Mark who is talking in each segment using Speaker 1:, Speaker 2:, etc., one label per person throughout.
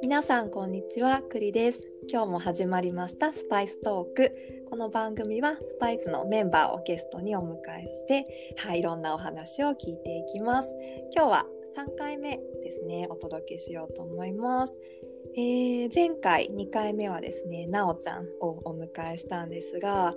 Speaker 1: 皆さんこんにちは、くりです。今日も始まりましたスパイストーク。この番組はスパイスのメンバーをゲストにお迎えして、はい、いろんなお話を聞いていきます。今日は3回目ですね、お届けしようと思います。えー前回2回目はですね、なおちゃんをお迎えしたんですが、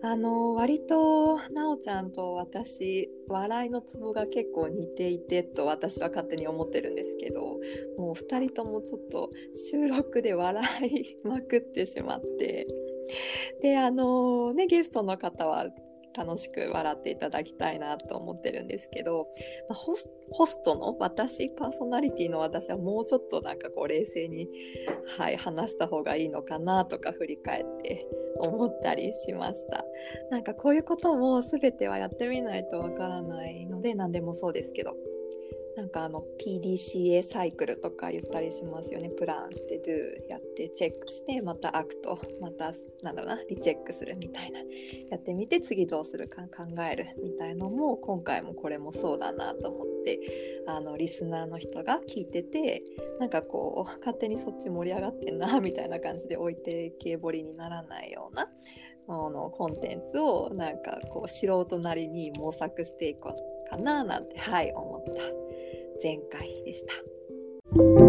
Speaker 1: あの割となおちゃんと私笑いのツボが結構似ていてと私は勝手に思ってるんですけどもう2人ともちょっと収録で笑いまくってしまってであのねゲストの方は楽しく笑っていただきたいなと思ってるんですけどまあホスホストの私パーソナリティの私はもうちょっとなんかこう冷静に、はい、話した方がいいのかなとか振り返って思ったりしましたなんかこういうことも全てはやってみないとわからないので何でもそうですけどなんかあの PDCA サイクルとか言ったりしますよねプランして Do やってチェックしてまたアクトまたなんだろうなリチェックするみたいなやってみて次どうするか考えるみたいのも今回もこれもそうだなと思ってあのリスナーの人が聞いててなんかこう勝手にそっち盛り上がってんなみたいな感じで置いてけぼりにならないようなあのコンテンツをなんかこう素人なりに模索していこうかななんてはい思った前回でした。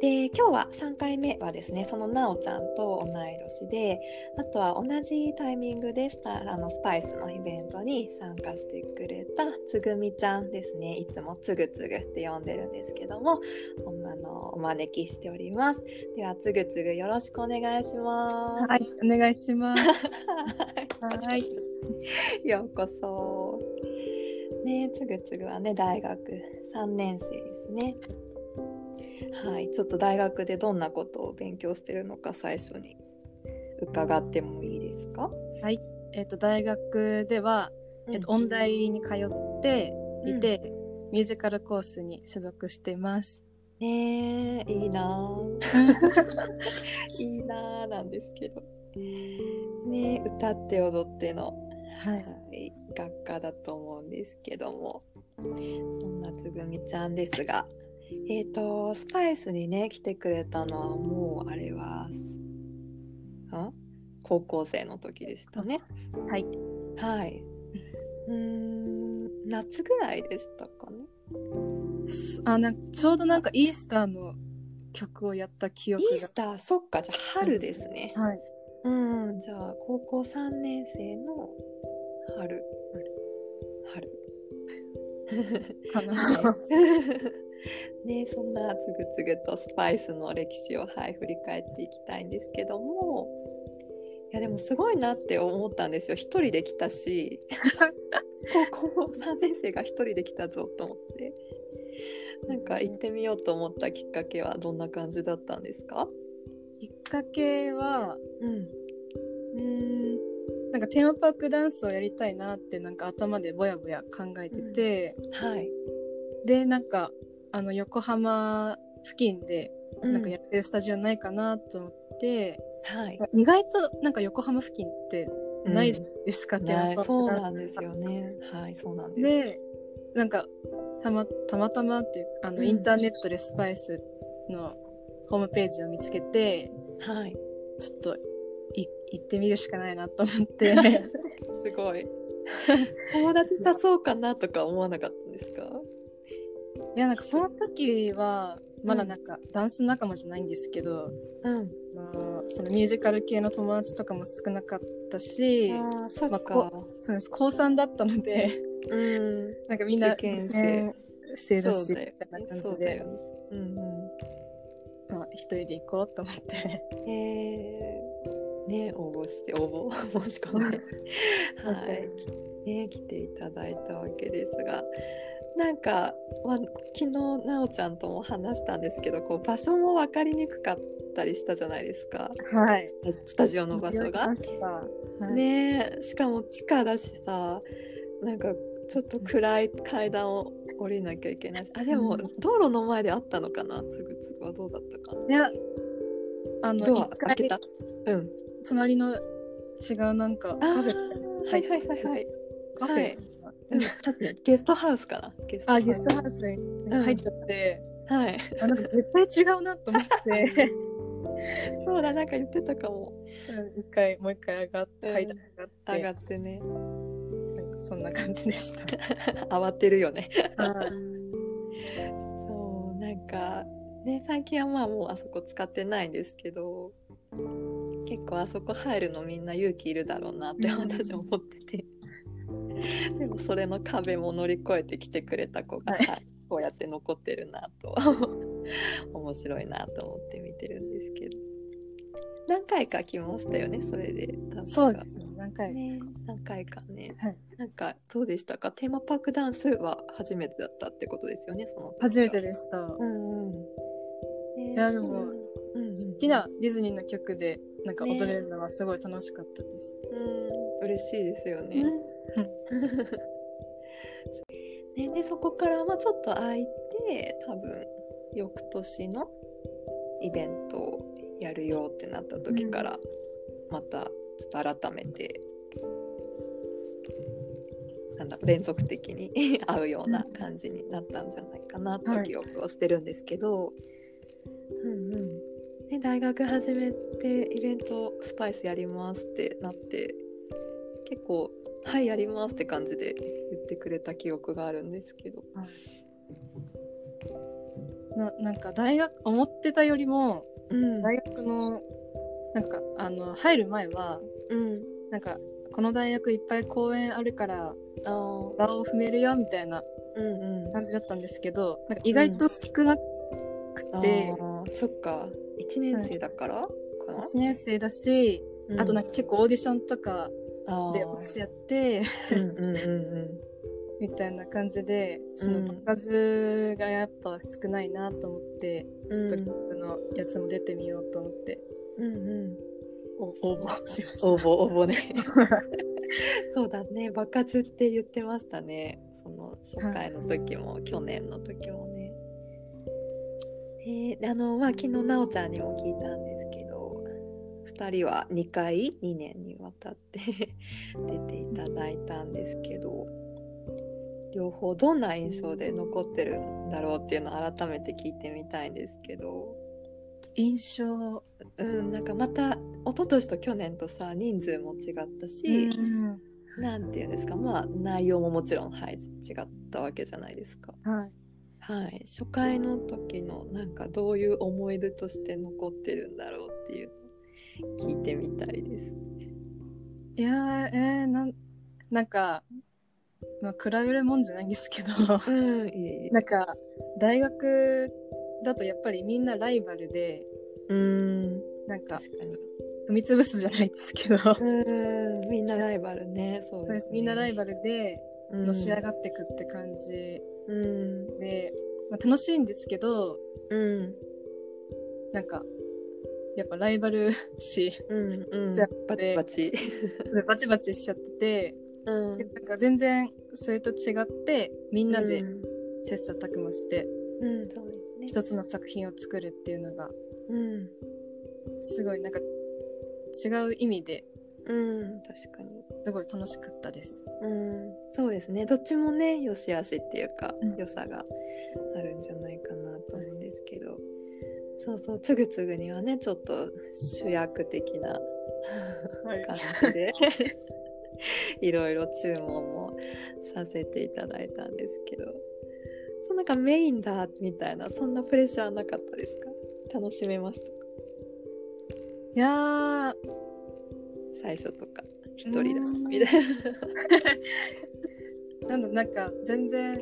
Speaker 1: で今日は3回目はですねそのなおちゃんと同い年であとは同じタイミングでスタあのスパイスのイベントに参加してくれたつぐみちゃんですねいつもつぐつぐって呼んでるんですけどもおあのお招きしておりますではつぐつぐよろしくお願いします。
Speaker 2: はい、お願いし ます。はい
Speaker 1: い。ようこそ。ね、つぐつぐはね、大学三年生ですね。はい、ちょっと大学でどんなことを勉強してるのか、最初に。伺ってもいいですか。
Speaker 2: えっ、と大学では、えっと音大に通っていて、ミュージカルコースに所属してます。
Speaker 1: ねえ、いい なぁ。いいなぁなんですけど。ねえ、歌って踊っての
Speaker 2: はい。
Speaker 1: はい、学科だと思うんですけどもそんなつぐみちゃんですがえっ、とスパイスにね来てくれたのはもうあれはん高校生の時でしたね
Speaker 2: はい。
Speaker 1: はいうーん夏ぐらいでしたかね
Speaker 2: あ、なんかちょうどなんかイースターの曲をやった記憶
Speaker 1: イー
Speaker 2: が
Speaker 1: ス。ターそっかじゃあ春ですね
Speaker 2: はい。
Speaker 1: うんじゃあ高校3年生の春春
Speaker 2: かな。
Speaker 1: ね、そんなつぐつぐとスパイスの歴史を、はい、振り返っていきたいんですけどもいやでもすごいなって思ったんですよ一人で来た し高校3年生が一人で来たぞと思ってなんか行ってみようと思ったきっかけはどんな感じだったんですか、
Speaker 2: きっかけは、
Speaker 1: うん、
Speaker 2: うーん。なんかテーマパークダンスをやりたいなってなんか頭でぼやぼや考えてて、
Speaker 1: はい、
Speaker 2: でなんかあの横浜付近でなんかや
Speaker 1: う
Speaker 2: ってるスタジオないかなと思って、
Speaker 1: んはい、
Speaker 2: 意外となんか横浜付近ってないじゃないですか、
Speaker 1: うん
Speaker 2: テーマ
Speaker 1: な
Speaker 2: パーク
Speaker 1: いそうなんですよねはいそうなんです
Speaker 2: でなんかたまたまたまっていうあの、
Speaker 1: うん
Speaker 2: インターネットでスパイスのホームページを見つけて
Speaker 1: はい
Speaker 2: ちょっとい行ってみるしかないなと思って
Speaker 1: すご い友達誘そうかなとか思わなかったんですか
Speaker 2: いやなんかその時はまだなんか、ダンス仲間じゃないんですけど
Speaker 1: うん
Speaker 2: あのそのミュージカル系の友達とかも少なかったし、
Speaker 1: ああそ
Speaker 2: まあこそうです高3だったので
Speaker 1: うん
Speaker 2: なんかみんな
Speaker 1: 受験生
Speaker 2: 生だし
Speaker 1: そう
Speaker 2: み
Speaker 1: だ
Speaker 2: た
Speaker 1: よ
Speaker 2: いな感
Speaker 1: そ
Speaker 2: じ
Speaker 1: うだ
Speaker 2: で
Speaker 1: よ、ねうんう
Speaker 2: まあ、一人で行こうと思って
Speaker 1: んえー、ね応募して応募申し込 んでは
Speaker 2: 申し込
Speaker 1: いね来ていただいたわけですがなんか、まあ、昨日なおちゃんとも話したんですけどこう場所も分かりにくかったりしたじゃないですか
Speaker 2: はい
Speaker 1: スタジオの場所が
Speaker 2: 行きましたはい
Speaker 1: ねえしかも地下だしさなんかちょっと暗い階段を降りなきゃいけないしあでも
Speaker 2: うん
Speaker 1: 道路の前であったのかなつぐつぐはどうだったかない
Speaker 2: やあの
Speaker 1: ドア
Speaker 2: 一
Speaker 1: 開
Speaker 2: 回
Speaker 1: けたうん
Speaker 2: 隣の違うなんか
Speaker 1: あ
Speaker 2: カ
Speaker 1: ー
Speaker 2: フェみたいな
Speaker 1: はいはいはいはい
Speaker 2: カフェ、
Speaker 1: はいうん多分ゲストハウスかなゲス
Speaker 2: あ、ゲストハウスに入っちゃって、
Speaker 1: はい
Speaker 2: あなんか絶対違うなと思って、
Speaker 1: そうだなんか言ってたかも
Speaker 2: 一回、もう一回上がって、階段
Speaker 1: 上
Speaker 2: 上
Speaker 1: が
Speaker 2: がっ
Speaker 1: ってね
Speaker 2: て、なんかそんな感じで した。
Speaker 1: 慌てるよね
Speaker 2: はい
Speaker 1: そうなんかね最近はまあもうあそこ使ってないんですけど結構あそこ入るのみんな勇気いるだろうなって
Speaker 2: うん
Speaker 1: 私思って て、でもそれの壁も乗り越えてきてくれた子が、
Speaker 2: はい
Speaker 1: はいこうやって残ってるなと 面白いなと思って見てるんですけど何回か来ましたよねそれで確か
Speaker 2: そうですね、何回か。
Speaker 1: ね、何回かね、
Speaker 2: はい
Speaker 1: なんかどうでしたかテーマパークダンスは初めてだったってことですよねその時が
Speaker 2: 初めてでした。
Speaker 1: うんうんね
Speaker 2: いやで
Speaker 1: う
Speaker 2: も
Speaker 1: んうん
Speaker 2: 好きなディズニーの曲で、なんか
Speaker 1: ね
Speaker 2: 踊れるのはすごい楽しかったです。
Speaker 1: うん嬉しいですよね。 ねでそこからまあちょっと空いて多分翌年のイベントをやるよってなった時から、またちょっと改めてなんだろう連続的に 会うような感じになったんじゃないかなって
Speaker 2: はい
Speaker 1: 記憶をしてるんですけど、うんうんで大学始めてイベントスパイスやりますってなって結構「はいやります」って感じで言ってくれた記憶があるんですけど。
Speaker 2: ななんか大学、思ってたよりも、
Speaker 1: うん
Speaker 2: 大学の、なんか、あの、入る前は、
Speaker 1: うん、
Speaker 2: なんか、この大学いっぱい公演あるから、
Speaker 1: あー
Speaker 2: 場を踏めるよ、みたいな
Speaker 1: うんうん
Speaker 2: 感じだったんですけど、なんか意外と少なくて、
Speaker 1: あーそっか1年生だからかな、
Speaker 2: 1年生だし、あとなん
Speaker 1: か
Speaker 2: か結構オーディションとかで
Speaker 1: し
Speaker 2: 私やって、
Speaker 1: うんうんうん
Speaker 2: みたいな感じで、そ
Speaker 1: うん
Speaker 2: の場数がやっぱ少ないなと思って、 ちょっと
Speaker 1: うん
Speaker 2: 僕のやつも出てみようと思って、
Speaker 1: うんうんうん
Speaker 2: 応募しま
Speaker 1: 応
Speaker 2: し
Speaker 1: 募応募ね
Speaker 2: た。
Speaker 1: そうだね爆発って言ってましたねその初回の時も、去年の時もねえーであのまあ昨日なおちゃんにも聞いたんですけど2人は2回2年にわたって 出ていただいたんですけど両方どんな印象で残ってるんだろうっていうのを改めて聞いてみたいんですけど。
Speaker 2: 印象、
Speaker 1: うん、なんかまた一昨年と去年とさ人数も違ったし、なんていうんですかまあ内容ももちろん、はい、違ったわけじゃないですか。
Speaker 2: はい。
Speaker 1: はい、初回の時のなんかどういう思い出として残ってるんだろうっていうの聞いてみたいです。
Speaker 2: いやー、えー、なん、なんか、まあ、比べるもんじゃないんで すけど、
Speaker 1: うん、いえいえ
Speaker 2: なんか、大学だとやっぱりみんなライバルで、
Speaker 1: うん
Speaker 2: なんか、
Speaker 1: 確かに。
Speaker 2: 踏み潰すじゃないですけど、
Speaker 1: うんみんなライバルね。そうですね
Speaker 2: みんなライバルで、
Speaker 1: うん
Speaker 2: のし上がってくって感じ
Speaker 1: うん
Speaker 2: で、まあ、楽しいんですけど、
Speaker 1: うん
Speaker 2: なんか、やっぱライバル 視、
Speaker 1: うんうん
Speaker 2: じゃあ
Speaker 1: バチバチ。
Speaker 2: バチバチしちゃって
Speaker 1: うん
Speaker 2: て、なんか全然それと違って、みんなで
Speaker 1: うん
Speaker 2: 切磋琢磨して、
Speaker 1: うん、そうですね。
Speaker 2: 一つの作品を作るっていうのが、
Speaker 1: うん
Speaker 2: すごいなんか、違う意味で
Speaker 1: うん、確かに。
Speaker 2: すごい楽しかったです。
Speaker 1: うん、そうですね。どっちもね、良し悪しっていうか、
Speaker 2: うん
Speaker 1: 良さがあるんじゃないかなと思うんですけど。そうそう、つぐつぐにはね、ちょっと主役的な
Speaker 2: はい
Speaker 1: 感じで。 いろいろ注文もさせていただいたんですけど。そう、なんかメインだみたいな、そんなプレッシャーなかったですか。楽しめましたか。
Speaker 2: いやー、
Speaker 1: 最初とか、一人だしみたいな。
Speaker 2: なんだ、なんか全然、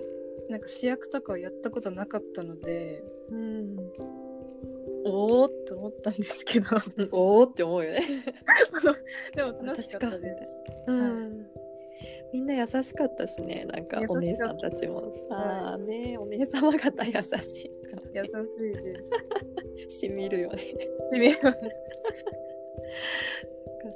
Speaker 2: なんか主役とかをやったことなかったので、
Speaker 1: うん、
Speaker 2: おーって思ったんですけど、
Speaker 1: おおって思うよね。
Speaker 2: でも楽しかったです。
Speaker 1: うんみんな優しかったしねなんか
Speaker 2: 優しかった
Speaker 1: お姉さんたちもさ
Speaker 2: はい
Speaker 1: ねお姉様方優しいか
Speaker 2: 優しいです。
Speaker 1: らしみるよね
Speaker 2: 見え
Speaker 1: そっ
Speaker 2: ます。
Speaker 1: か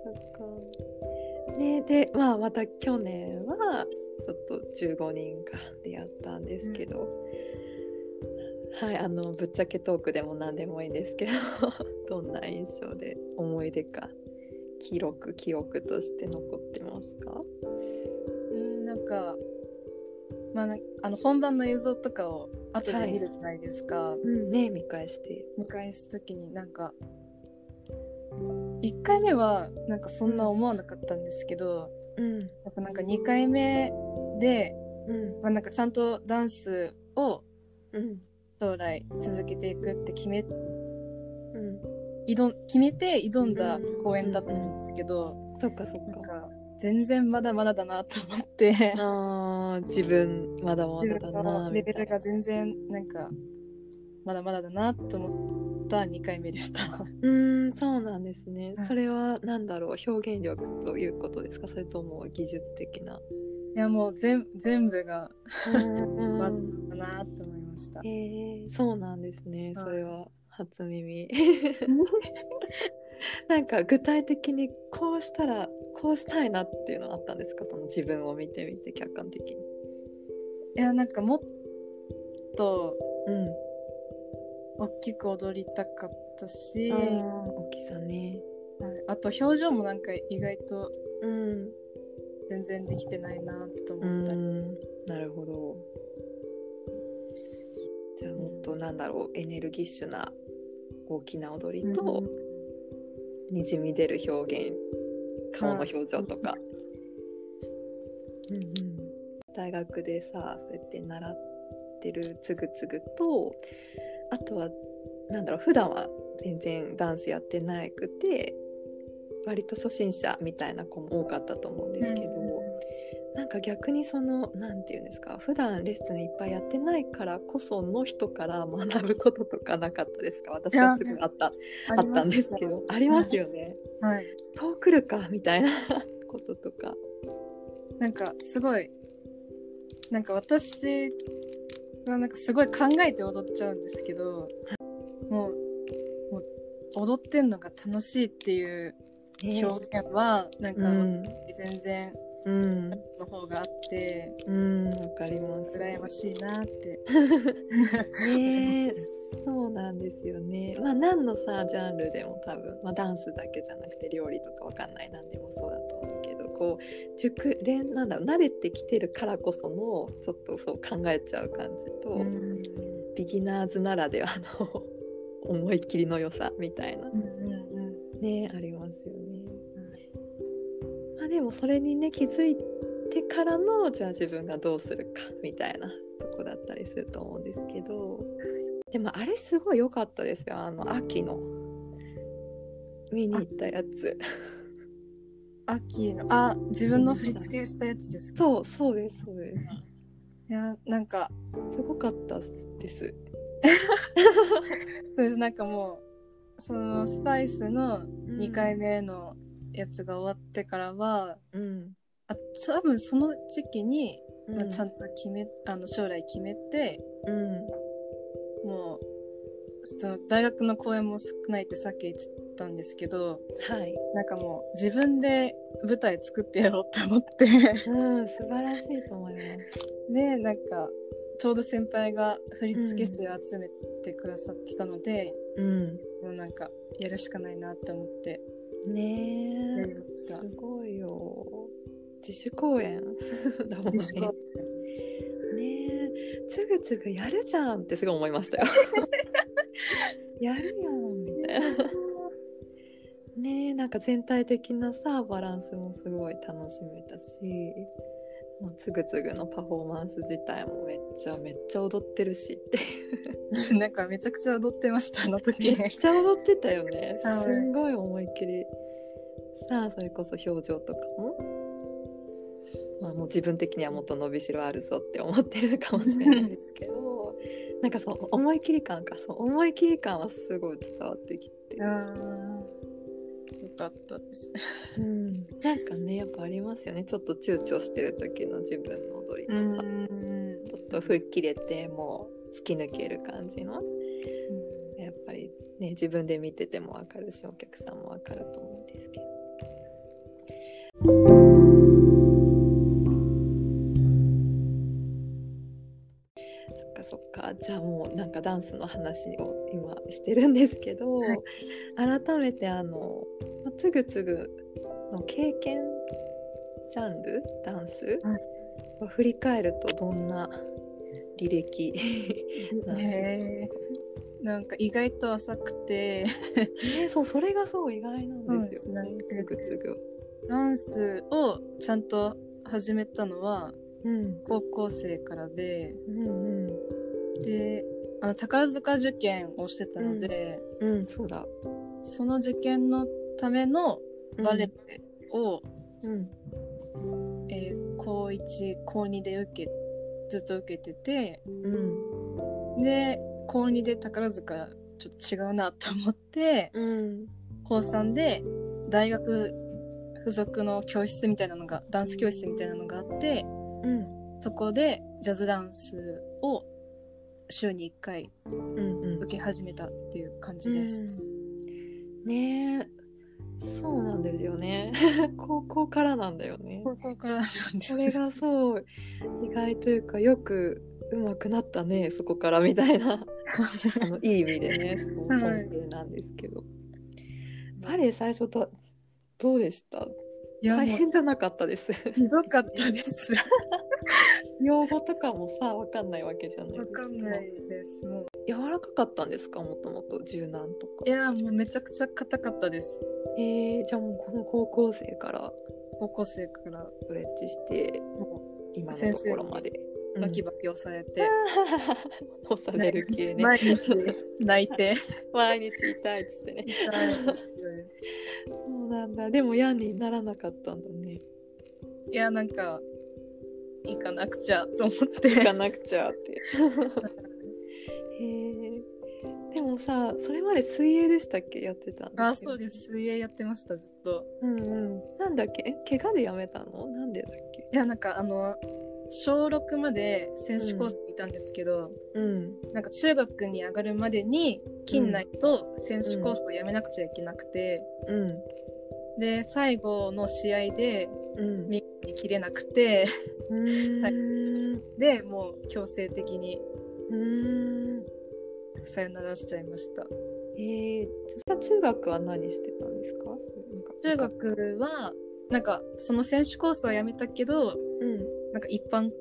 Speaker 1: そっかねでまあまた去年はちょっと15人かでやったんですけど、はいあのぶっちゃけトークでも何でもいいんですけど どんな印象で思い出か記録記憶として残ってますか
Speaker 2: うん、なんか、まあ、なあの本番の映像とかを後で見るじゃないですか、
Speaker 1: うんね見返して
Speaker 2: 見返す時になんか1回目はなんかそんな思わなかったんですけど、
Speaker 1: うん
Speaker 2: やっぱなんか2回目で、
Speaker 1: うん
Speaker 2: まあ、なんかちゃんとダンスを
Speaker 1: うん
Speaker 2: 将来続けていくって決め
Speaker 1: うん
Speaker 2: 挑ん決めて挑んだ公演だったんですけど、
Speaker 1: そっかそっ
Speaker 2: なん
Speaker 1: か
Speaker 2: か全然まだまだだなと思って
Speaker 1: あー自分まだまだだな
Speaker 2: レ
Speaker 1: み
Speaker 2: ベ
Speaker 1: た
Speaker 2: ル
Speaker 1: いな
Speaker 2: が全然なんかまだまだだなと思った2回目 でした
Speaker 1: うーんそうなんですね
Speaker 2: はい
Speaker 1: それは何だろう表現力ということですかそれとも技術的ない
Speaker 2: やもう全全部が
Speaker 1: うん
Speaker 2: わだなと思いました
Speaker 1: へ えそうなんですね。
Speaker 2: は
Speaker 1: そ
Speaker 2: い
Speaker 1: れは初耳。 なんか具体的にこうしたらこうしたいなっていうのはあったんですか。この自分を見てみて客観的に。
Speaker 2: いやなんかもっと
Speaker 1: うん。
Speaker 2: 大きく踊りたかったし、
Speaker 1: あ
Speaker 2: はい
Speaker 1: ー大きさね。
Speaker 2: あと表情もなんか意外と
Speaker 1: うん。
Speaker 2: 全然できてないなと
Speaker 1: う
Speaker 2: 思ったり、
Speaker 1: ん。なるほど。じゃあもっとなんだろうエネルギッシュな大きな踊りとにじみ出る表現顔の表情とか。うんうん、大学でさそうやって習ってるつぐつぐとあとはなんだろう普段は全然ダンスやってなくて割と初心者みたいな子も多かったと思うんですけど、なんか逆にその何て言うんですか普段レッスンいっぱいやってないからこその人から学ぶこととかなかったですか私はすごいあった
Speaker 2: あ
Speaker 1: あったんですけどありますよね。
Speaker 2: はい
Speaker 1: そう来るかみたいなこととか。
Speaker 2: なんかすごいなんか私がなんかすごい考えて踊っちゃうんですけどもうもう踊ってんのが楽しいっていう
Speaker 1: ね
Speaker 2: 表現はなんか
Speaker 1: うん
Speaker 2: 全然
Speaker 1: うん
Speaker 2: の方があって
Speaker 1: うんわかります。
Speaker 2: 羨ましいなって。
Speaker 1: ねえそうなんですよね。まあ何のさジャンルでも多分、まあ、ダンスだけじゃなくて料理とかわかんない何でもそうだと思うけどこう熟練なんだろう慣れてきてるからこそのちょっとそう考えちゃう感じと、
Speaker 2: うん
Speaker 1: ビギナーズならではの思いっきりの良さみたいなねありますよね。まあでもそれにね気づいてからのじゃあ自分がどうするかみたいなとこだったりすると思うんですけどでもあれすごい良かったですよあの秋の見に行ったやつ
Speaker 2: 秋のあ自分の振り付けしたやつですか
Speaker 1: そうそうですそうで
Speaker 2: いやなんか
Speaker 1: すすごかったです
Speaker 2: そうですなんかもうそのスパイスの2回目のやつが終わってからは、
Speaker 1: うん、
Speaker 2: あ多分その時期に、
Speaker 1: う
Speaker 2: まあ、ちゃんと決めあの将来決めて
Speaker 1: うん
Speaker 2: もうその大学の公演も少ないってさっき言ってたんですけど
Speaker 1: はい、
Speaker 2: なんかもう自分で舞台作ってやろうと思って
Speaker 1: うん、素晴らしいと思います
Speaker 2: でなんかちょうど先輩が振付師を集めてくださってたので、
Speaker 1: うん
Speaker 2: もうなんかやるしかないなって思って
Speaker 1: ね
Speaker 2: や
Speaker 1: え
Speaker 2: りました
Speaker 1: すごいよ自主公演 だもんねねえつぐつぐやるじゃんってすごい思いましたよ やるやんみたいなねえなんか全体的なさバランスもすごい楽しめたしもうつぐつぐのパフォーマンス自体もめっちゃめっちゃ踊ってるしっていう
Speaker 2: なんかめちゃくちゃ踊ってましたあの時
Speaker 1: めっちゃ踊ってたよね
Speaker 2: はい
Speaker 1: すんごい思いっきりさあそれこそ表情とかも。まあ、もう自分的にはもっと伸びしろあるぞって思ってるかもしれないですけ どなんかそう思い切り感かそう思い切り感はすごい伝わってきて、
Speaker 2: あーよかったです。
Speaker 1: うん、なんかねやっぱありますよねちょっと躊躇してる時の自分の踊りとさ、
Speaker 2: ん
Speaker 1: ちょっと吹っ切れてもう突き抜ける感じのやっぱりね自分で見てても分かるしお客さんも分かると思うんですけど。そっかそっかじゃあもうなんかダンスの話を今してるんですけど、
Speaker 2: はい
Speaker 1: 改めてあのまあつぐつぐの経験ジャンルダンス、
Speaker 2: はい
Speaker 1: 振り返るとどんな履歴なんで
Speaker 2: へーなんか意外と浅くて
Speaker 1: ねそうそれがそう意外なんですよ、
Speaker 2: そう
Speaker 1: ね
Speaker 2: です、
Speaker 1: ぐぐつぐ
Speaker 2: ダンスをちゃんと始めたのは
Speaker 1: うん
Speaker 2: 高校生からで
Speaker 1: うんうん
Speaker 2: であの宝塚受験をしてたので、
Speaker 1: うんそうだ
Speaker 2: その受験のためのバレエを、
Speaker 1: うん
Speaker 2: えー高1高2で受けずっと受けてて
Speaker 1: うん
Speaker 2: で高2で宝塚ちょっと違うなと思って
Speaker 1: うん
Speaker 2: 高3で大学付属の教室みたいなのがダンス教室みたいなのがあって
Speaker 1: うん
Speaker 2: そこでジャズダンスを週に1回
Speaker 1: うんうん
Speaker 2: 受け始めたっていう感じです。
Speaker 1: うんねえそうなんですよ ね高校からなんだよね
Speaker 2: 高校からなんです
Speaker 1: それがそう意外というかよく上手くなったねそこからみたいなあのいい意味で ねそう
Speaker 2: はい
Speaker 1: 尊敬なんですけど、バレエ最初だどうでした
Speaker 2: いやも
Speaker 1: 大
Speaker 2: う
Speaker 1: 変じゃなかったです
Speaker 2: ひどかったです。
Speaker 1: 用語とかもさ分かんないわけじゃないで
Speaker 2: わ
Speaker 1: す
Speaker 2: かんないです。もう
Speaker 1: 柔らかかったんですかもともと柔軟とか
Speaker 2: いやもうめちゃくちゃ硬かったです。
Speaker 1: えー、じゃあもうこの高校生から
Speaker 2: 高校生から
Speaker 1: ストレッチして
Speaker 2: も
Speaker 1: 今の
Speaker 2: 先
Speaker 1: と
Speaker 2: 生に
Speaker 1: ころまで
Speaker 2: うバキ
Speaker 1: バ
Speaker 2: バキ押されて、
Speaker 1: キ 押される系ね
Speaker 2: 毎日泣いて。
Speaker 1: 毎日痛いっつってねそうなんだでも嫌にならなかったんだね
Speaker 2: いやなんか行かなくちゃと思っ
Speaker 1: 行か
Speaker 2: て。
Speaker 1: なくちゃって へえでもさそれまで水泳でしたっけやってたんだっけ
Speaker 2: あそうです水泳やってましたずっと。
Speaker 1: うんうんなんだっけえ怪我でやめたのなんでだっけ
Speaker 2: いやなんかあの小6まで選手コースにいたんですけど、
Speaker 1: うん
Speaker 2: なんか中学に上がるまでに近内と選手コースをやめなくちゃいけなくて、
Speaker 1: うん
Speaker 2: で最後の試合で
Speaker 1: うん
Speaker 2: ミッに切れなくて
Speaker 1: うーん、
Speaker 2: はいうでもう強制的に
Speaker 1: ーん
Speaker 2: さよならしちゃいました
Speaker 1: えー、じゃあ中学は何してたんですかそれなんか
Speaker 2: 中学はなんかその選手コースはやめたけど
Speaker 1: うん
Speaker 2: なんか一般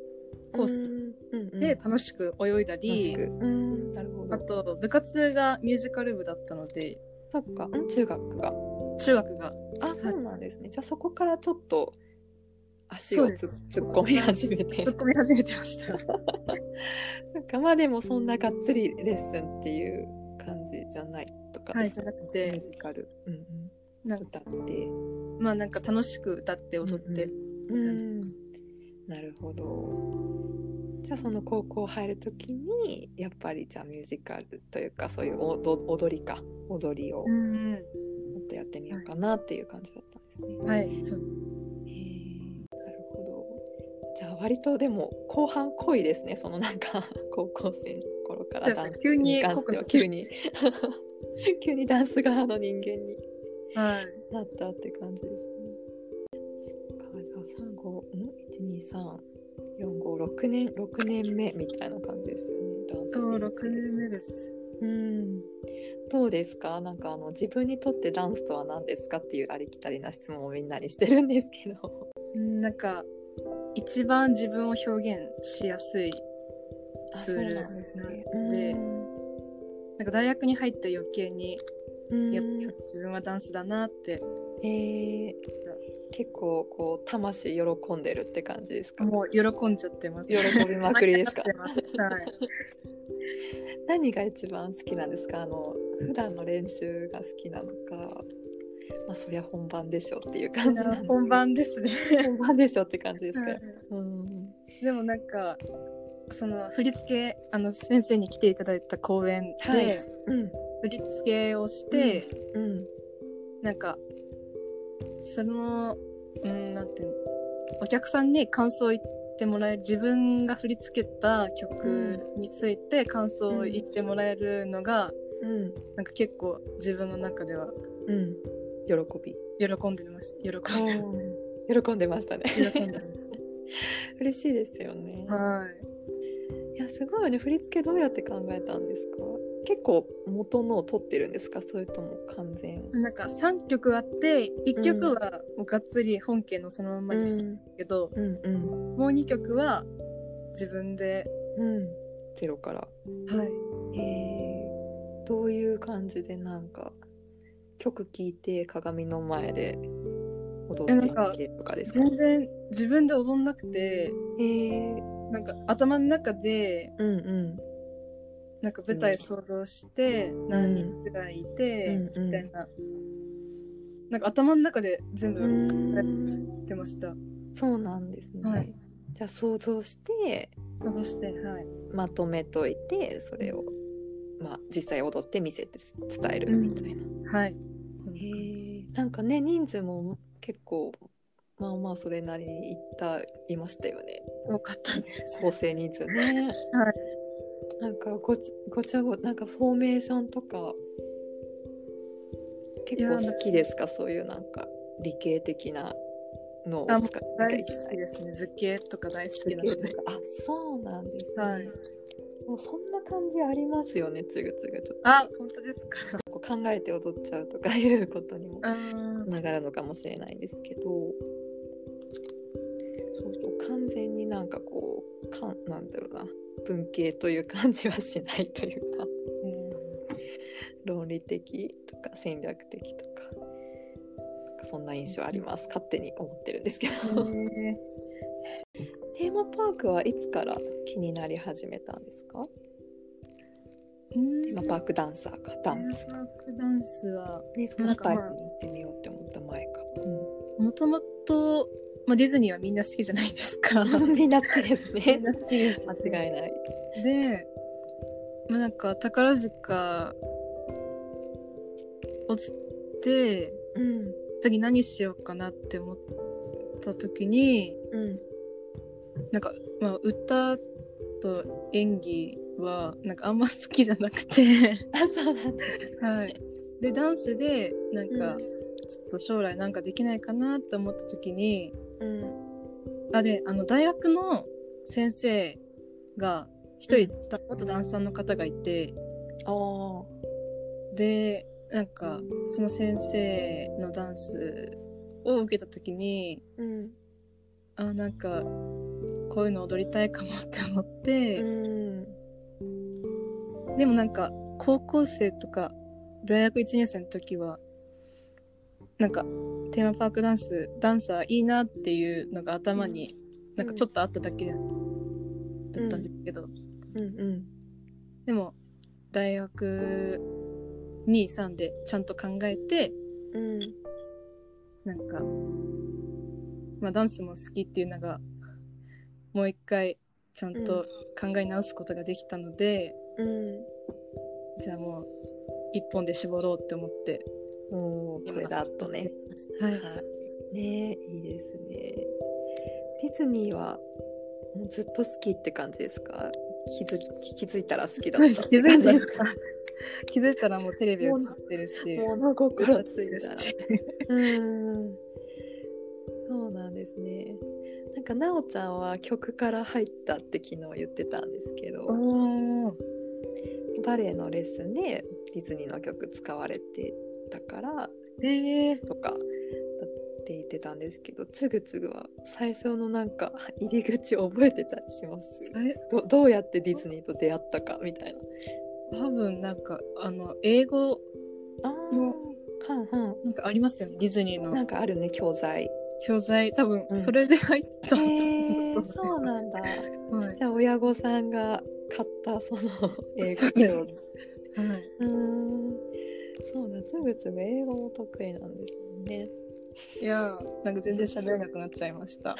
Speaker 2: コース
Speaker 1: ス
Speaker 2: で楽しく泳いだり、
Speaker 1: うん、なるほど。
Speaker 2: あと部活がミュージカル部だったので
Speaker 1: そっか、うん、中学が。
Speaker 2: 中学が
Speaker 1: あ、そうなんですね。じゃあそこからちょっと足を
Speaker 2: そうで
Speaker 1: つ
Speaker 2: す
Speaker 1: 突っ込み始めて
Speaker 2: 突。っ込み始めてました
Speaker 1: なんか まあでもそんながっつりレッスンっていう感じじゃないとか。
Speaker 2: はいじゃなく
Speaker 1: ミュー
Speaker 2: て
Speaker 1: ジカル。うんうん。
Speaker 2: なんか
Speaker 1: 歌って。
Speaker 2: まあなんか楽しく歌って踊って、
Speaker 1: うん。なるほど。じゃあその高校入るときにやっぱりじゃあミュージカルというかそういう踊踊りか踊りをも
Speaker 2: ん
Speaker 1: っとやってみようかなっていう感じだったんですね。
Speaker 2: はいそう
Speaker 1: へーなるほど。じゃあ割とでも後半濃いですね。そのなんか 高校生の頃から
Speaker 2: そ
Speaker 1: ダ
Speaker 2: う
Speaker 1: ン
Speaker 2: です
Speaker 1: ス
Speaker 2: 急に
Speaker 1: に関しては
Speaker 2: 濃くな
Speaker 1: 急に 急にダンス側の人間に
Speaker 2: はい
Speaker 1: なったって感じですね。そっかじゃあ三五ん一二三四五六年六年目みたいな感じですよね。ダンス人生
Speaker 2: そう6年目です
Speaker 1: うん。どうですかなんかあの自分にとってダンスとは何ですかっていうありきたりな質問をみんなにしてるんですけど。
Speaker 2: うんなんか一番自分を表現しやすいツー ル
Speaker 1: あそうなんですね
Speaker 2: で
Speaker 1: うん
Speaker 2: なんか大学に入って余計に
Speaker 1: うん
Speaker 2: やっぱ自分はダンスだなって
Speaker 1: えー結構こう魂喜んでるって感じですか
Speaker 2: もう喜んじゃってます
Speaker 1: 喜びまくりですか
Speaker 2: 喜んじゃってますはい
Speaker 1: 何が一番好きなんですかあの普段の練習が好きなのかまあそりゃ本番でしょっていう感じなんですけど
Speaker 2: 本番ですね、
Speaker 1: 本番でしょって感じですか、
Speaker 2: はい
Speaker 1: うん
Speaker 2: でもなんかその振り付けあの先生に来ていただいた講演で、
Speaker 1: はいうん
Speaker 2: 振り付けをして、
Speaker 1: うん
Speaker 2: なんかそのうんなんていうのお客さんに感想を言ってもらえる自分が振り付けた曲について感想を言ってもらえるのが、
Speaker 1: うん
Speaker 2: なんか結構自分の中では
Speaker 1: うん喜び
Speaker 2: 喜んでます喜んで
Speaker 1: 喜んでましたね
Speaker 2: 喜んでます
Speaker 1: 嬉しいですよね
Speaker 2: はい
Speaker 1: やすごいよね振り付けどうやって考えたんですか結構元のを取ってるんですかそれとも完全
Speaker 2: なんか3曲あって1曲はもうがっつり本家のそのまんまにしたんですけど、
Speaker 1: うんうん
Speaker 2: もう2曲は自分で、
Speaker 1: うんゼロから
Speaker 2: はい、
Speaker 1: えーどういう感じでなんか曲聴いて鏡の前で踊ってみてとかですか
Speaker 2: 全然自分で踊んなくて
Speaker 1: えー
Speaker 2: なんか頭の中で
Speaker 1: うんうん
Speaker 2: なんか舞台想像して何人くらいいて、
Speaker 1: うんうん
Speaker 2: みたいななんか頭の中で全部
Speaker 1: うん
Speaker 2: やってました。
Speaker 1: そうなんですね、
Speaker 2: はい
Speaker 1: じゃあ想像して
Speaker 2: 想像してはい
Speaker 1: まとめといてそれを、まあ、実際踊って見せて伝えるみたいな、
Speaker 2: はい。そんな
Speaker 1: へえなんかね人数も結構まあまあそれなりにいったいましたよね
Speaker 2: 多かったです。
Speaker 1: 構成人数ね
Speaker 2: はい。
Speaker 1: なんかごちごちゃごなんかフォーメーションとか結構好きですかそういうなんか理系的なのを使
Speaker 2: あ
Speaker 1: っ
Speaker 2: も
Speaker 1: てき
Speaker 2: う
Speaker 1: ゃ
Speaker 2: 大
Speaker 1: いけ
Speaker 2: 好
Speaker 1: な
Speaker 2: き
Speaker 1: い
Speaker 2: ですね。図形とか大好
Speaker 1: す
Speaker 2: きな
Speaker 1: げ
Speaker 2: の
Speaker 1: え
Speaker 2: で。
Speaker 1: あそうなんですね、
Speaker 2: はい。
Speaker 1: もうそんな感じありますよねつぐつぐちょっ
Speaker 2: あ、本当ですか。
Speaker 1: とこう考えて踊っちゃうとかいうことにも
Speaker 2: あ
Speaker 1: つ
Speaker 2: ー
Speaker 1: ながるのかもしれないですけどそうそう完全になんかこうかんなんだろうな文系という感じはしないというか。 論理的とか戦略的とかなんかそんな印象あります勝手に思ってるんですけど
Speaker 2: へ
Speaker 1: テーマパークはいつから気になり始めたんですか
Speaker 2: ーうん
Speaker 1: テーマパークダンサーかダンス
Speaker 2: パークダンスは
Speaker 1: ねそのスパイスに行ってみようって思った前か、
Speaker 2: もともと、まあ、ディズニーはみんな好きじゃないですか。
Speaker 1: うん、 みんな好きです
Speaker 2: み
Speaker 1: ね
Speaker 2: んな好きです
Speaker 1: 間違いない
Speaker 2: で、まあ、なんか宝塚落ちて
Speaker 1: うん
Speaker 2: 次何しようかなって思った時に
Speaker 1: うん
Speaker 2: なんか、まあ、歌と演技はなんかあんま好きじゃなくて、
Speaker 1: あ そうなんだ
Speaker 2: はい、でダンスでなんか、
Speaker 1: うん
Speaker 2: ちょっと将来なんかできないかなって思った時に
Speaker 1: うん
Speaker 2: あであの大学の先生が一人、元ダンサーの方がいて
Speaker 1: あー
Speaker 2: でなんかその先生のダンスを受けた時に
Speaker 1: うん
Speaker 2: あなんかこういうの踊りたいかもって思って。
Speaker 1: うん
Speaker 2: でもなんか高校生とか大学1年生の時はなんかテーマパークダンスダンサーいいなっていうのが頭になんかちょっとあっただけだったんですけど、
Speaker 1: うんうん
Speaker 2: でも大学23でちゃんと考えて
Speaker 1: うん
Speaker 2: なんか、まあ、ダンスも好きっていうのがもう一回ちゃんと考え直すことができたので、
Speaker 1: うん
Speaker 2: じゃあもう一本で絞ろうって思って
Speaker 1: もうこれだとね。
Speaker 2: はい。
Speaker 1: はい、ねえいいですね。ディズニーはもうずっと好きって感じですか気づ気づいたら好きだったって
Speaker 2: 気づ
Speaker 1: 感
Speaker 2: い
Speaker 1: じ
Speaker 2: た
Speaker 1: で
Speaker 2: ら
Speaker 1: すか
Speaker 2: 気づいたらもうテレビ映ってるし、
Speaker 1: 物
Speaker 2: 歌
Speaker 1: 心
Speaker 2: っ
Speaker 1: つ
Speaker 2: て
Speaker 1: い
Speaker 2: るした
Speaker 1: ら。うん。そうなんですね。なんかなおちゃんは曲から入ったって昨日言ってたんですけど
Speaker 2: おー
Speaker 1: バレエのレッスンでディズニーの曲使われてたから
Speaker 2: えー、
Speaker 1: とかだって言ってたんですけどつぐつぐは最初のなんか入り口覚えてたりします
Speaker 2: え
Speaker 1: どどうやってディズニーと出会ったかみたいな。
Speaker 2: 多分なんかあの英語
Speaker 1: あはんは
Speaker 2: なんかありますよねディズニー
Speaker 1: ん。な
Speaker 2: の
Speaker 1: んかあるね教材。
Speaker 2: 教材多分
Speaker 1: うん
Speaker 2: それで入った、
Speaker 1: へーそうなんだ。
Speaker 2: はい
Speaker 1: じゃあ親御さんが買ったそ の英語教材。
Speaker 2: はい、
Speaker 1: うーん。そうだつぐつぐ英語も得意なんですよね。
Speaker 2: いやーなんか全然喋れなくなっちゃいました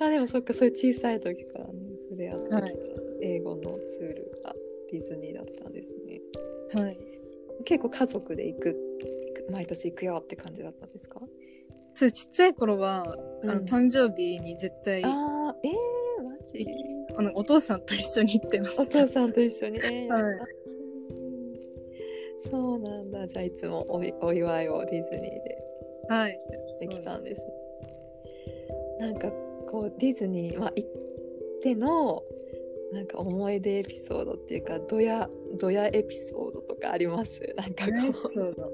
Speaker 1: あでもそっかそういう小さい時からね触れ合ってきた
Speaker 2: はい
Speaker 1: 英語のツールがディズニーだったんですね。
Speaker 2: はい
Speaker 1: 結構家族で行く行く毎年行くよって感じだったんですか、
Speaker 2: そうちっちゃい頃は、あの
Speaker 1: うん
Speaker 2: 誕生日に絶対あ
Speaker 1: あーえー、マジ
Speaker 2: のお父さんと一緒に行ってま
Speaker 1: お
Speaker 2: した
Speaker 1: 父さんと一緒に、えー
Speaker 2: はい
Speaker 1: うんそうなんだじゃあいつもおいお祝いをディズニーで
Speaker 2: はい
Speaker 1: できたんですなんかこうディズニー、まあ、行ってのなんか思い出エピソードっていうかドヤドヤエピソードとかあります なんかこ
Speaker 2: エピ
Speaker 1: う
Speaker 2: ソード。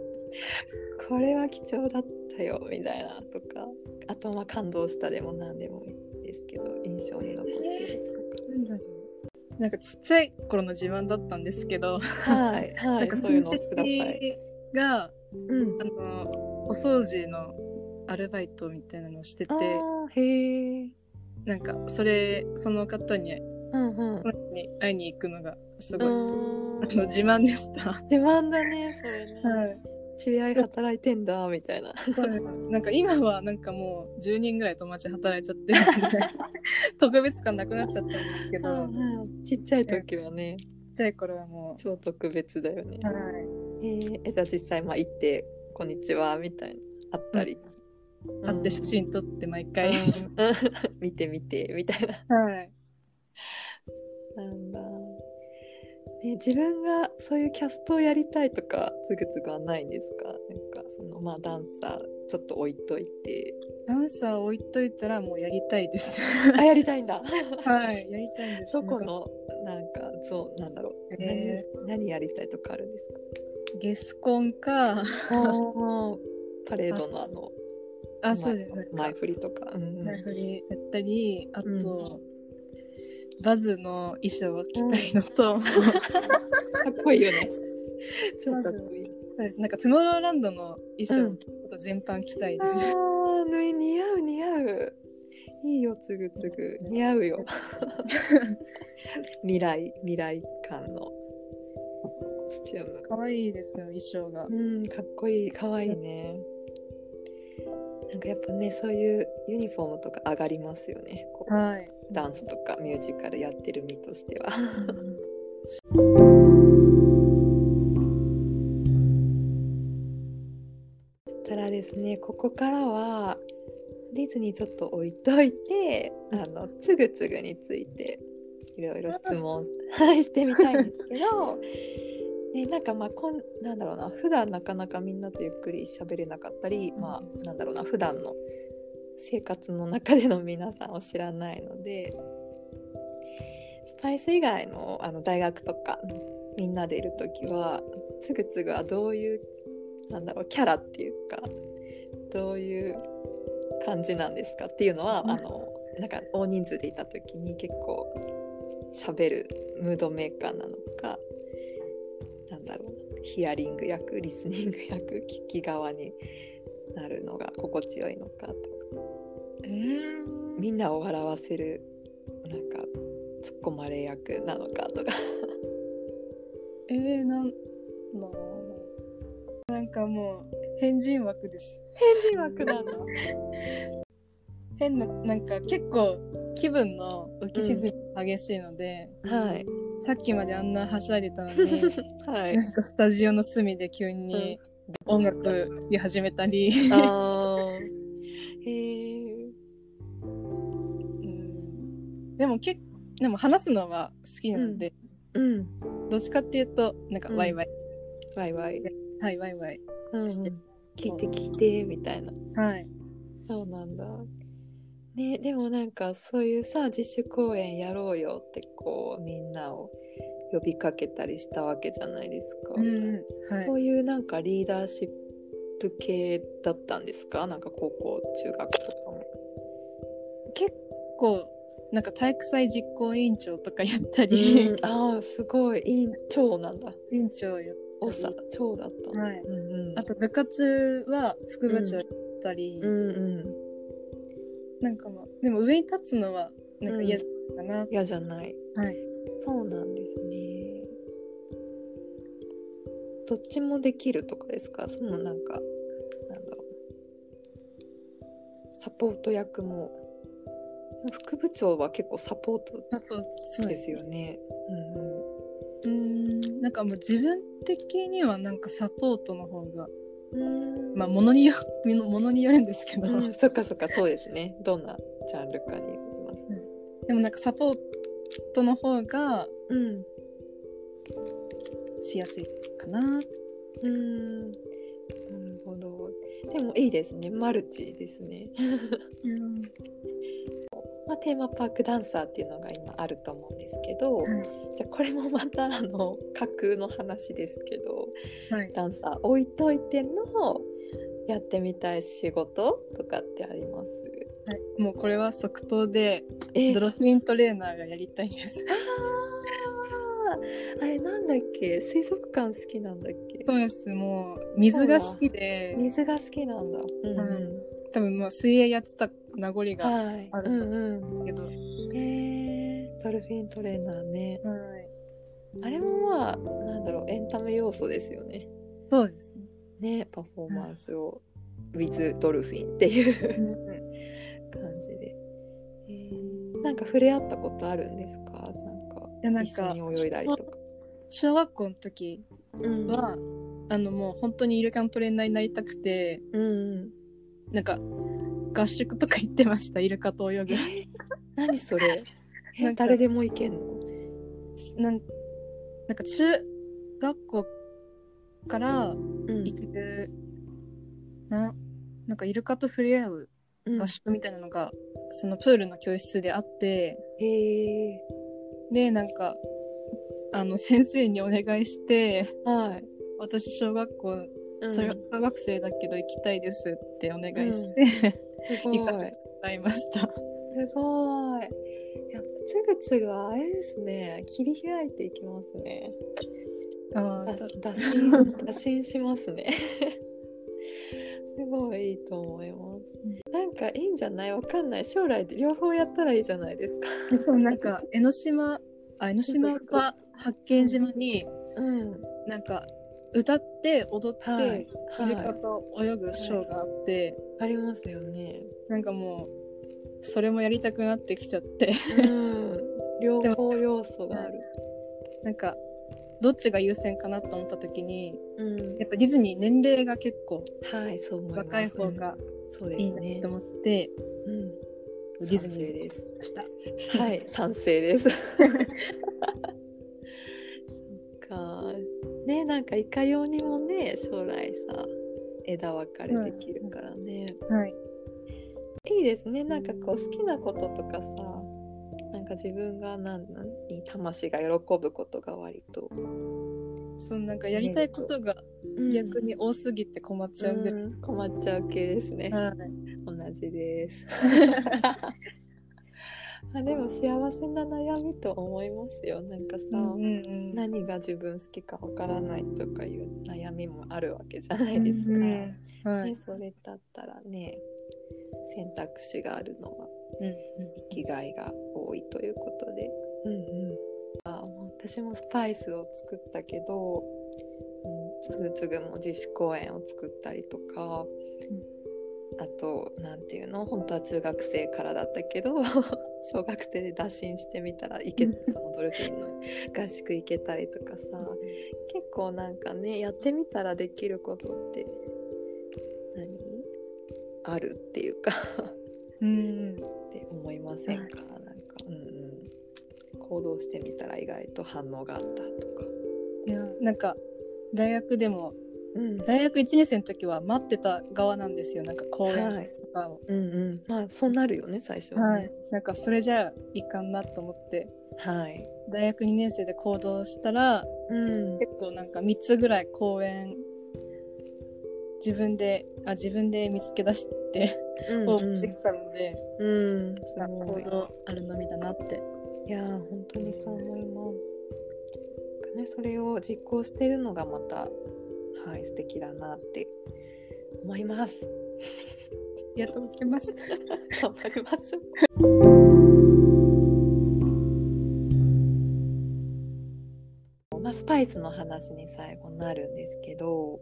Speaker 1: これは貴重だったよみたいなとかあとまあ感動したでも何でもいいですけど印象に残ってると
Speaker 2: なんだろうなんかちっちゃい頃の自分だったんですけど、
Speaker 1: か、はいは
Speaker 2: なん
Speaker 1: い
Speaker 2: か
Speaker 1: そういうのをください。
Speaker 2: 親戚が
Speaker 1: うん
Speaker 2: あのお掃除のアルバイトみたいなのをしてて
Speaker 1: あーへえ。
Speaker 2: なんかそれその方に
Speaker 1: うんうん。
Speaker 2: その人に会いに行くのがすごい、
Speaker 1: う
Speaker 2: あ
Speaker 1: ーん
Speaker 2: の自慢でした。は
Speaker 1: 自慢だねそれね。知り合い働いてんだみたいな。
Speaker 2: い、なんか今はなんかもう10人ぐらい友達働いち ゃってるんで特別感なくなっちゃったんですけど、
Speaker 1: ちっちゃい時はね
Speaker 2: ちっちゃい頃はも
Speaker 1: 超特別だよね
Speaker 2: う、。はい、
Speaker 1: へーえじゃあ実際まあ行って「こんにちは」みたいなあったり。
Speaker 2: 会って写真撮って毎
Speaker 1: うんう
Speaker 2: 回、
Speaker 1: ん見て見てみたいな。
Speaker 2: はい、
Speaker 1: なんだ。ね、自分がそういうキャストをやりたいとかつぐつぐはないんですかなんかそのまあダンサーちょっと置いといて
Speaker 2: ダンサー置いといたらもうやりたいです。
Speaker 1: あやりたいん だ
Speaker 2: はい、やりたいんです。
Speaker 1: どこのなんかゾーンなんだろう、
Speaker 2: え
Speaker 1: 何何やりたいとかあるんです
Speaker 2: ゲスコンか、
Speaker 1: か パレードのあの
Speaker 2: あ、そうです。なんか
Speaker 1: 前振りとか、うんうん
Speaker 2: 前振りやったり、あと、
Speaker 1: う
Speaker 2: バズの衣装を着たいのと、そ
Speaker 1: かっこいいよ ね超かっこいいう
Speaker 2: です。なんか、トゥモローランドの衣装ちょっと全般着たい
Speaker 1: あ
Speaker 2: です。
Speaker 1: ー縫い似合う似合ういいよつぐつぐ似合うよ 未来未来感のコスチューム
Speaker 2: 可愛いですよ、衣装が。
Speaker 1: うんかっこいいかわいいねなんかやっぱねそういうユニフォームとか上がりますよねこう
Speaker 2: はい。
Speaker 1: ダンスとかミュージカルやってる身としてはそしたらですねここからはディズニーちょっと置いといてあのつぐつぐについていろいろ質問はいしてみたいんですけど、ね、なんかまあこんなんだろうな普段なかなかみんなとゆっくり喋れなかったり、まあなんだろうな普段の生活の中での皆さんを知らないのでスパイス以外のあの大学とかみんなでいる時はつぐつぐはどういうなんだろうキャラっていうかどういう感じなんですかっていうのは、
Speaker 2: うん
Speaker 1: あのなんか大人数でいた時に結構喋るムードメーカーなのかなんだろうなヒアリング役リスニング役聞き側になるのが心地よいのかとか
Speaker 2: えー
Speaker 1: みんなを笑わせるなんか突っ込まれ役なのかとか。
Speaker 2: えー、なんなんだろうななんかもう、変人枠です。
Speaker 1: 変人枠なんだ。
Speaker 2: 変な、なんか結構、気分の浮き沈み激しいので、
Speaker 1: はい。
Speaker 2: さっきまであんなはしゃいでた のに、
Speaker 1: は。
Speaker 2: ないんかスタジオの隅で急に音楽聴き始めたり、
Speaker 1: あーへえ。
Speaker 2: うんでも結でも話すのは好きなので、
Speaker 1: うん。
Speaker 2: どっちかっていうとなんか
Speaker 1: うん
Speaker 2: ワイワイ、
Speaker 1: わいわい。
Speaker 2: はいワイワイ
Speaker 1: うんうん
Speaker 2: して、
Speaker 1: 聞いて聞いてみたいな。
Speaker 2: はい
Speaker 1: そうなんだ。ね、でもなんかそういうさ自主公演やろうよってこうみんなを呼びかけたりしたわけじゃないですか。
Speaker 2: はい
Speaker 1: そういうなんかリーダーシップ系だったんですかなんか高校中学とかも。
Speaker 2: 結構なんか体育祭実行委員長とかやったり、
Speaker 1: うん、 ああすごい委員長なんだ。
Speaker 2: 委員長やっ
Speaker 1: おさ長だったんだ。
Speaker 2: はい
Speaker 1: うんうん。
Speaker 2: あと部活は副部長やったり、
Speaker 1: うんうん。
Speaker 2: なんかまあでも上に立つのはなんか嫌だな、
Speaker 1: 嫌じゃない。
Speaker 2: はい
Speaker 1: そうなんですね。どっちもできるとかですかそのなんかなんだろうサポート役も副部長は結構サポー
Speaker 2: あとそ
Speaker 1: ト
Speaker 2: うで
Speaker 1: ですすよね。うんうん
Speaker 2: うーんなんかもう自分的にはなんかサポートの方がまあものによ ものによるんですけど、
Speaker 1: うん、そっかそっかそうですねどんなジャンルかによりますね
Speaker 2: でもなんかサポートの方が
Speaker 1: うん
Speaker 2: しやすいかな
Speaker 1: うんなるほどでもいいですねマルチですね、
Speaker 2: うん
Speaker 1: まあ、テーマパークダンサーっていうのが今あると思うんですけど、
Speaker 2: うん
Speaker 1: じゃあこれもまたあの架空の話ですけど
Speaker 2: はい、
Speaker 1: ダンサー置いといてのやってみたい仕事とかってあります
Speaker 2: はい、もうこれは即答で
Speaker 1: え
Speaker 2: ドルフィントレーナーがやりたいんです。
Speaker 1: あーあれなんだっけ水族館好きなんだっけ
Speaker 2: そうですもう水が好きで
Speaker 1: 水が好きなんだ。うん
Speaker 2: うん多分もう水泳やってた名残がある
Speaker 1: はい。
Speaker 2: あ
Speaker 1: うんうん
Speaker 2: だけど、はい
Speaker 1: ん。えー、ドルフィントレーナーね。あれもまあなんだろうエンタメ要素ですよね。
Speaker 2: そうですね。
Speaker 1: ねパフォーマンスを with ドルフィンっていう感じで。えーなんか触れ合ったことあるんですか？なんか
Speaker 2: いやなん
Speaker 1: 一緒
Speaker 2: か
Speaker 1: に泳いだりとか。
Speaker 2: 小学校の時
Speaker 1: うん
Speaker 2: は、あのもう本当にイルカのトレーナーになりたくて
Speaker 1: うんうん。
Speaker 2: なんか合宿とか行ってましたイルカと 泳ぐ
Speaker 1: え何それ？え
Speaker 2: なんか
Speaker 1: 誰でもいけんの？
Speaker 2: なんなんか中学校から
Speaker 1: うん
Speaker 2: 行く、ななんかイルカと触れ合う
Speaker 1: うん
Speaker 2: 合宿みたいなのが、そのプールの教室であって
Speaker 1: へえ
Speaker 2: でなんかあの先生にお願いして
Speaker 1: はい。
Speaker 2: 私小学校、
Speaker 1: うん
Speaker 2: それ小学生だけど行きたいですってお願いして、
Speaker 1: すご
Speaker 2: 行かせ
Speaker 1: い
Speaker 2: て。 もらいました。
Speaker 1: すごい。やっぱつぐつぐあれですね。切り開いていきますね。
Speaker 2: あ
Speaker 1: だ
Speaker 2: ー
Speaker 1: 打診 打診しますね。 すごいいいと思います。なんかいいんじゃないわかんない。将来両方やったらいいじゃないですか。
Speaker 2: そうなんか江ノ島あ江ノ島か八景島に
Speaker 1: うん。
Speaker 2: なんか歌って踊って、
Speaker 1: はい。
Speaker 2: イル
Speaker 1: は
Speaker 2: カ
Speaker 1: い、
Speaker 2: と泳ぐショーがあって、
Speaker 1: ありますよね。
Speaker 2: なんかもうそれもやりたくなってきちゃって
Speaker 1: うん。両方要素がある。
Speaker 2: なんかどっちが優先かなと思った時に
Speaker 1: うん。
Speaker 2: やっぱディズニー年齢が結構
Speaker 1: はい、そう思います。
Speaker 2: 若い方が
Speaker 1: うん。そうで
Speaker 2: いい
Speaker 1: す
Speaker 2: な
Speaker 1: ね
Speaker 2: と。思って
Speaker 1: うん。
Speaker 2: デ
Speaker 1: デ
Speaker 2: ィ
Speaker 1: ィズ
Speaker 2: ズニ
Speaker 1: ニ
Speaker 2: ー
Speaker 1: ーです。
Speaker 2: ました。
Speaker 1: はい、 賛成です。そっか。ね、なんかいかようにもね、将来さ、枝分かれできるからね。
Speaker 2: はい、
Speaker 1: いいですね、なんかこう好きなこととかさ、なんか自分が何に魂が喜ぶことが割と。
Speaker 2: そのなんかやりたいことが逆に多すぎて困っちゃうぐらい。
Speaker 1: うん困っちゃう系ですね。
Speaker 2: はい
Speaker 1: 同じ です。あでも幸せな悩みと思いますよ。なんかさ、
Speaker 2: うんうんうん
Speaker 1: 何が自分好きかわからないとかいう悩みもあるわけじゃないですか、
Speaker 2: うん
Speaker 1: ね、
Speaker 2: はい
Speaker 1: それだったらね選択肢があるのは
Speaker 2: うんうん
Speaker 1: 生きがいが多いということで、うんうん、あもう私もスパイスを作ったけど、うん、つぐつぐも自主公演を作ったりとか、あとなんていうの本当は中学生からだったけど 小学生で打診してみたらいけ
Speaker 2: うん
Speaker 1: そのドルフィンの合宿行けたりとかさ結構なんかねやってみたらできることって何あるっていうか
Speaker 2: うんうん
Speaker 1: って思いませんか、なんか、うんうん、行動してみたら意外と反応があったとか、
Speaker 2: いやなんか大学でも
Speaker 1: うん
Speaker 2: 大学1年生の時は待ってた側なんですよなんか公
Speaker 1: は
Speaker 2: 演
Speaker 1: い
Speaker 2: とかを、
Speaker 1: うんうん、まあそうなるよね最初はね
Speaker 2: なんかそれじゃいかんなと思って
Speaker 1: はい、
Speaker 2: 大学2年生で行動したら
Speaker 1: うん、
Speaker 2: 結構なんか3つぐらい公演自分であ自分で見つけ出して
Speaker 1: うん
Speaker 2: 応募できたので、
Speaker 1: うん、す
Speaker 2: なんか
Speaker 1: ごい
Speaker 2: 行動あるのみだなって
Speaker 1: いやー本当にそう思いますなんかねそれを実行してるのがまたはい素敵だなって思います
Speaker 2: ありがとうございます
Speaker 1: 頑張りましょう。まあ、スパイスの話に最後なるんですけど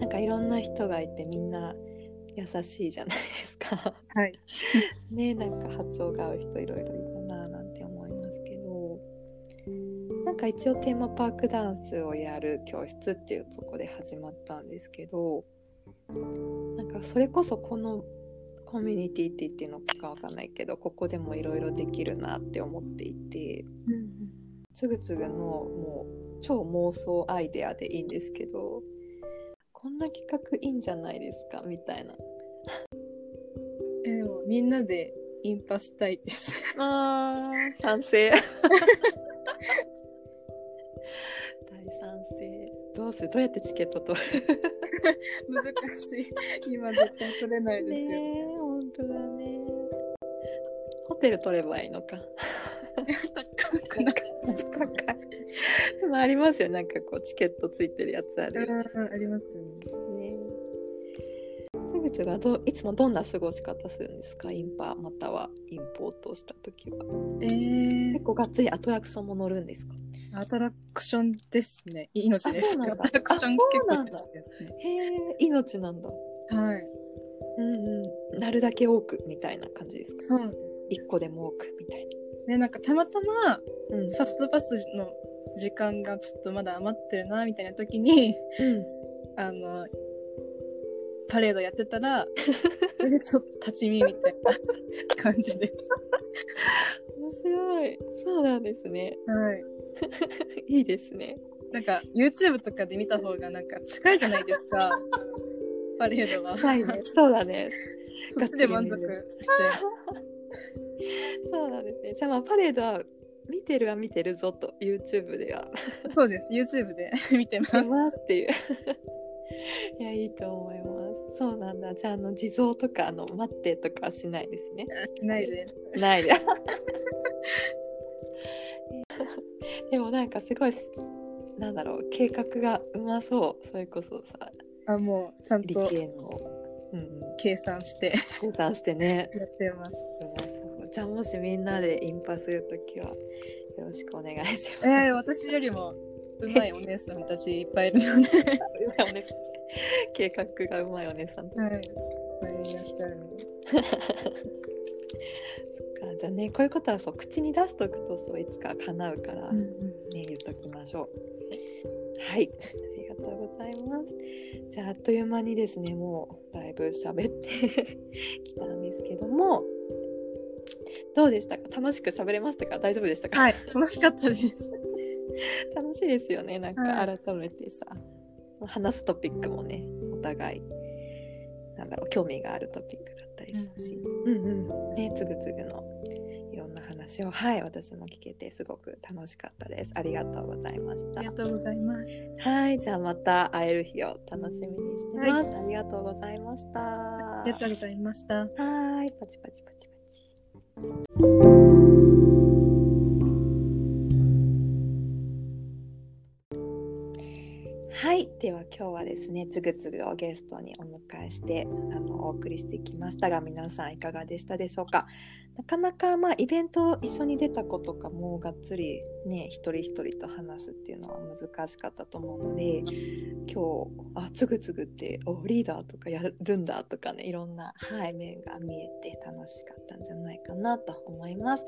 Speaker 1: なんかいろんな人がいてみんな優しいじゃないですか。
Speaker 2: はい
Speaker 1: ねなんか波長が合う人いろいろいるなぁなんて思いますけどなんか一応テーマパークダンスをやる教室っていうとこで始まったんですけどなんかそれこそこのコミュニティって言っていいのかわかんないけどここでもいろいろできるなって思っていてつぐつぐのもう超妄想アイデアでいいんですけどこんな企画いいんじゃないですかみたいな。
Speaker 2: えでもみんなでインパしたいです。
Speaker 1: あー賛 成大賛成どうするどうやってチケット取る
Speaker 2: 難しい。今絶対取れないですよ。
Speaker 1: え本当だねホテル取ればいいのか
Speaker 2: 高くなっちゃう
Speaker 1: 高いでもありますよなんかこうチケットついてるやつあるよね
Speaker 2: うんありますよね。
Speaker 1: 田口がどういつもどんな過ごし方するんですかインパまたはインポートした時は
Speaker 2: えー
Speaker 1: 結構がっつりアトラクションも乗るんですか
Speaker 2: アトラクションですね。命で
Speaker 1: あそう
Speaker 2: す。
Speaker 1: なんだ
Speaker 2: アトラクション結構ですね。
Speaker 1: へえ命なんだ
Speaker 2: はい。
Speaker 1: うんうんなるだけ多くみたいな感じですか
Speaker 2: そうです。
Speaker 1: 一個でも多くみたい
Speaker 2: ね、なんかたまたま
Speaker 1: なうん
Speaker 2: ファストパスの時間がちょっとまだ余ってるなみたいな時 に、あの、パレードやってた ら、それちょっと立ち見みたいな感じです。
Speaker 1: 面白いそうなんですね
Speaker 2: はい。
Speaker 1: いいですね
Speaker 2: なんか YouTube とかで見た方がなんか近いじゃないです か。パレードは。
Speaker 1: 近い ねそうだね
Speaker 2: そっちで満足しちゃ
Speaker 1: そうなんですねじゃあまあパレードは見てるは見てるぞと YouTube では
Speaker 2: う。 そうです。YouTube で見てま。
Speaker 1: ますっていう。 いや、いいと思います。そうなんだ。じゃあ、あの、地蔵とか、あの、待ってとかはしないですね。
Speaker 2: ないです。
Speaker 1: ない で。でも、なんか、すごい、なんだろう、計画がうまそう。それこそさ、
Speaker 2: あ、もう、ちゃん
Speaker 1: 理
Speaker 2: と
Speaker 1: 系の。うんうん、
Speaker 2: 計算して
Speaker 1: 計算してね。
Speaker 2: やってます。
Speaker 1: うまそうじゃあ、もしみんなでインパするときは、よろしくお願いします。
Speaker 2: ええ私よりも、うまいお姉さんたちいっぱいいるので。
Speaker 1: うまいお姉さん計画がうまいお姉さんたち。
Speaker 2: はい。いらっしゃる
Speaker 1: そっかじゃあねこういうことはそう口に出しとくとそういつか叶うから、ね
Speaker 2: ん、
Speaker 1: 言っときましょうはいありがとうございますじゃああっという間にですねもうだいぶ喋ってきたんですけどもどうでしたか楽しく喋れましたか大丈夫でしたか、
Speaker 2: はい、楽しかったです。
Speaker 1: 楽しいですよねなんか
Speaker 2: は
Speaker 1: 改めてさ、話すトピックもねお互いなんだろう興味があるトピックだったりするし、うんうんねつぐつぐのいろんな話をはい私も聞けてすごく楽しかったですありがとうございまし
Speaker 2: あ
Speaker 1: た
Speaker 2: りがとうございます。
Speaker 1: はいじゃあまた会える日を楽しみにして
Speaker 2: はい
Speaker 1: ます、ありがとうございました
Speaker 2: ありがとうございました。
Speaker 1: はいパチパチパチパチはい、では今日はですね、つぐつぐをゲストにお迎えしてあのお送りしてきましたが、皆さんいかがでしたでしょうか。なかなかまあイベント一緒に出た子とかもがっつりね一人一人と話すっていうのは難しかったと思うので、今日あつぐつぐっておリーダーとかやるんだとかねいろんな、はい、面が見えて楽しかったんじゃないかなと思います。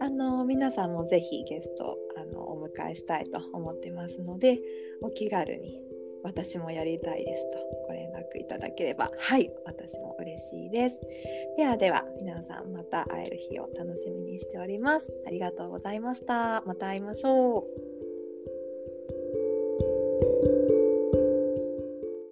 Speaker 1: あの皆さんもぜひゲストあのお迎えしたいと思ってますのでお気軽に私もやりたいですとご連絡いただければはい私も嬉しいです。ではでは皆さんまた会える日を楽しみにしております。ありがとうございました。また会いましょう。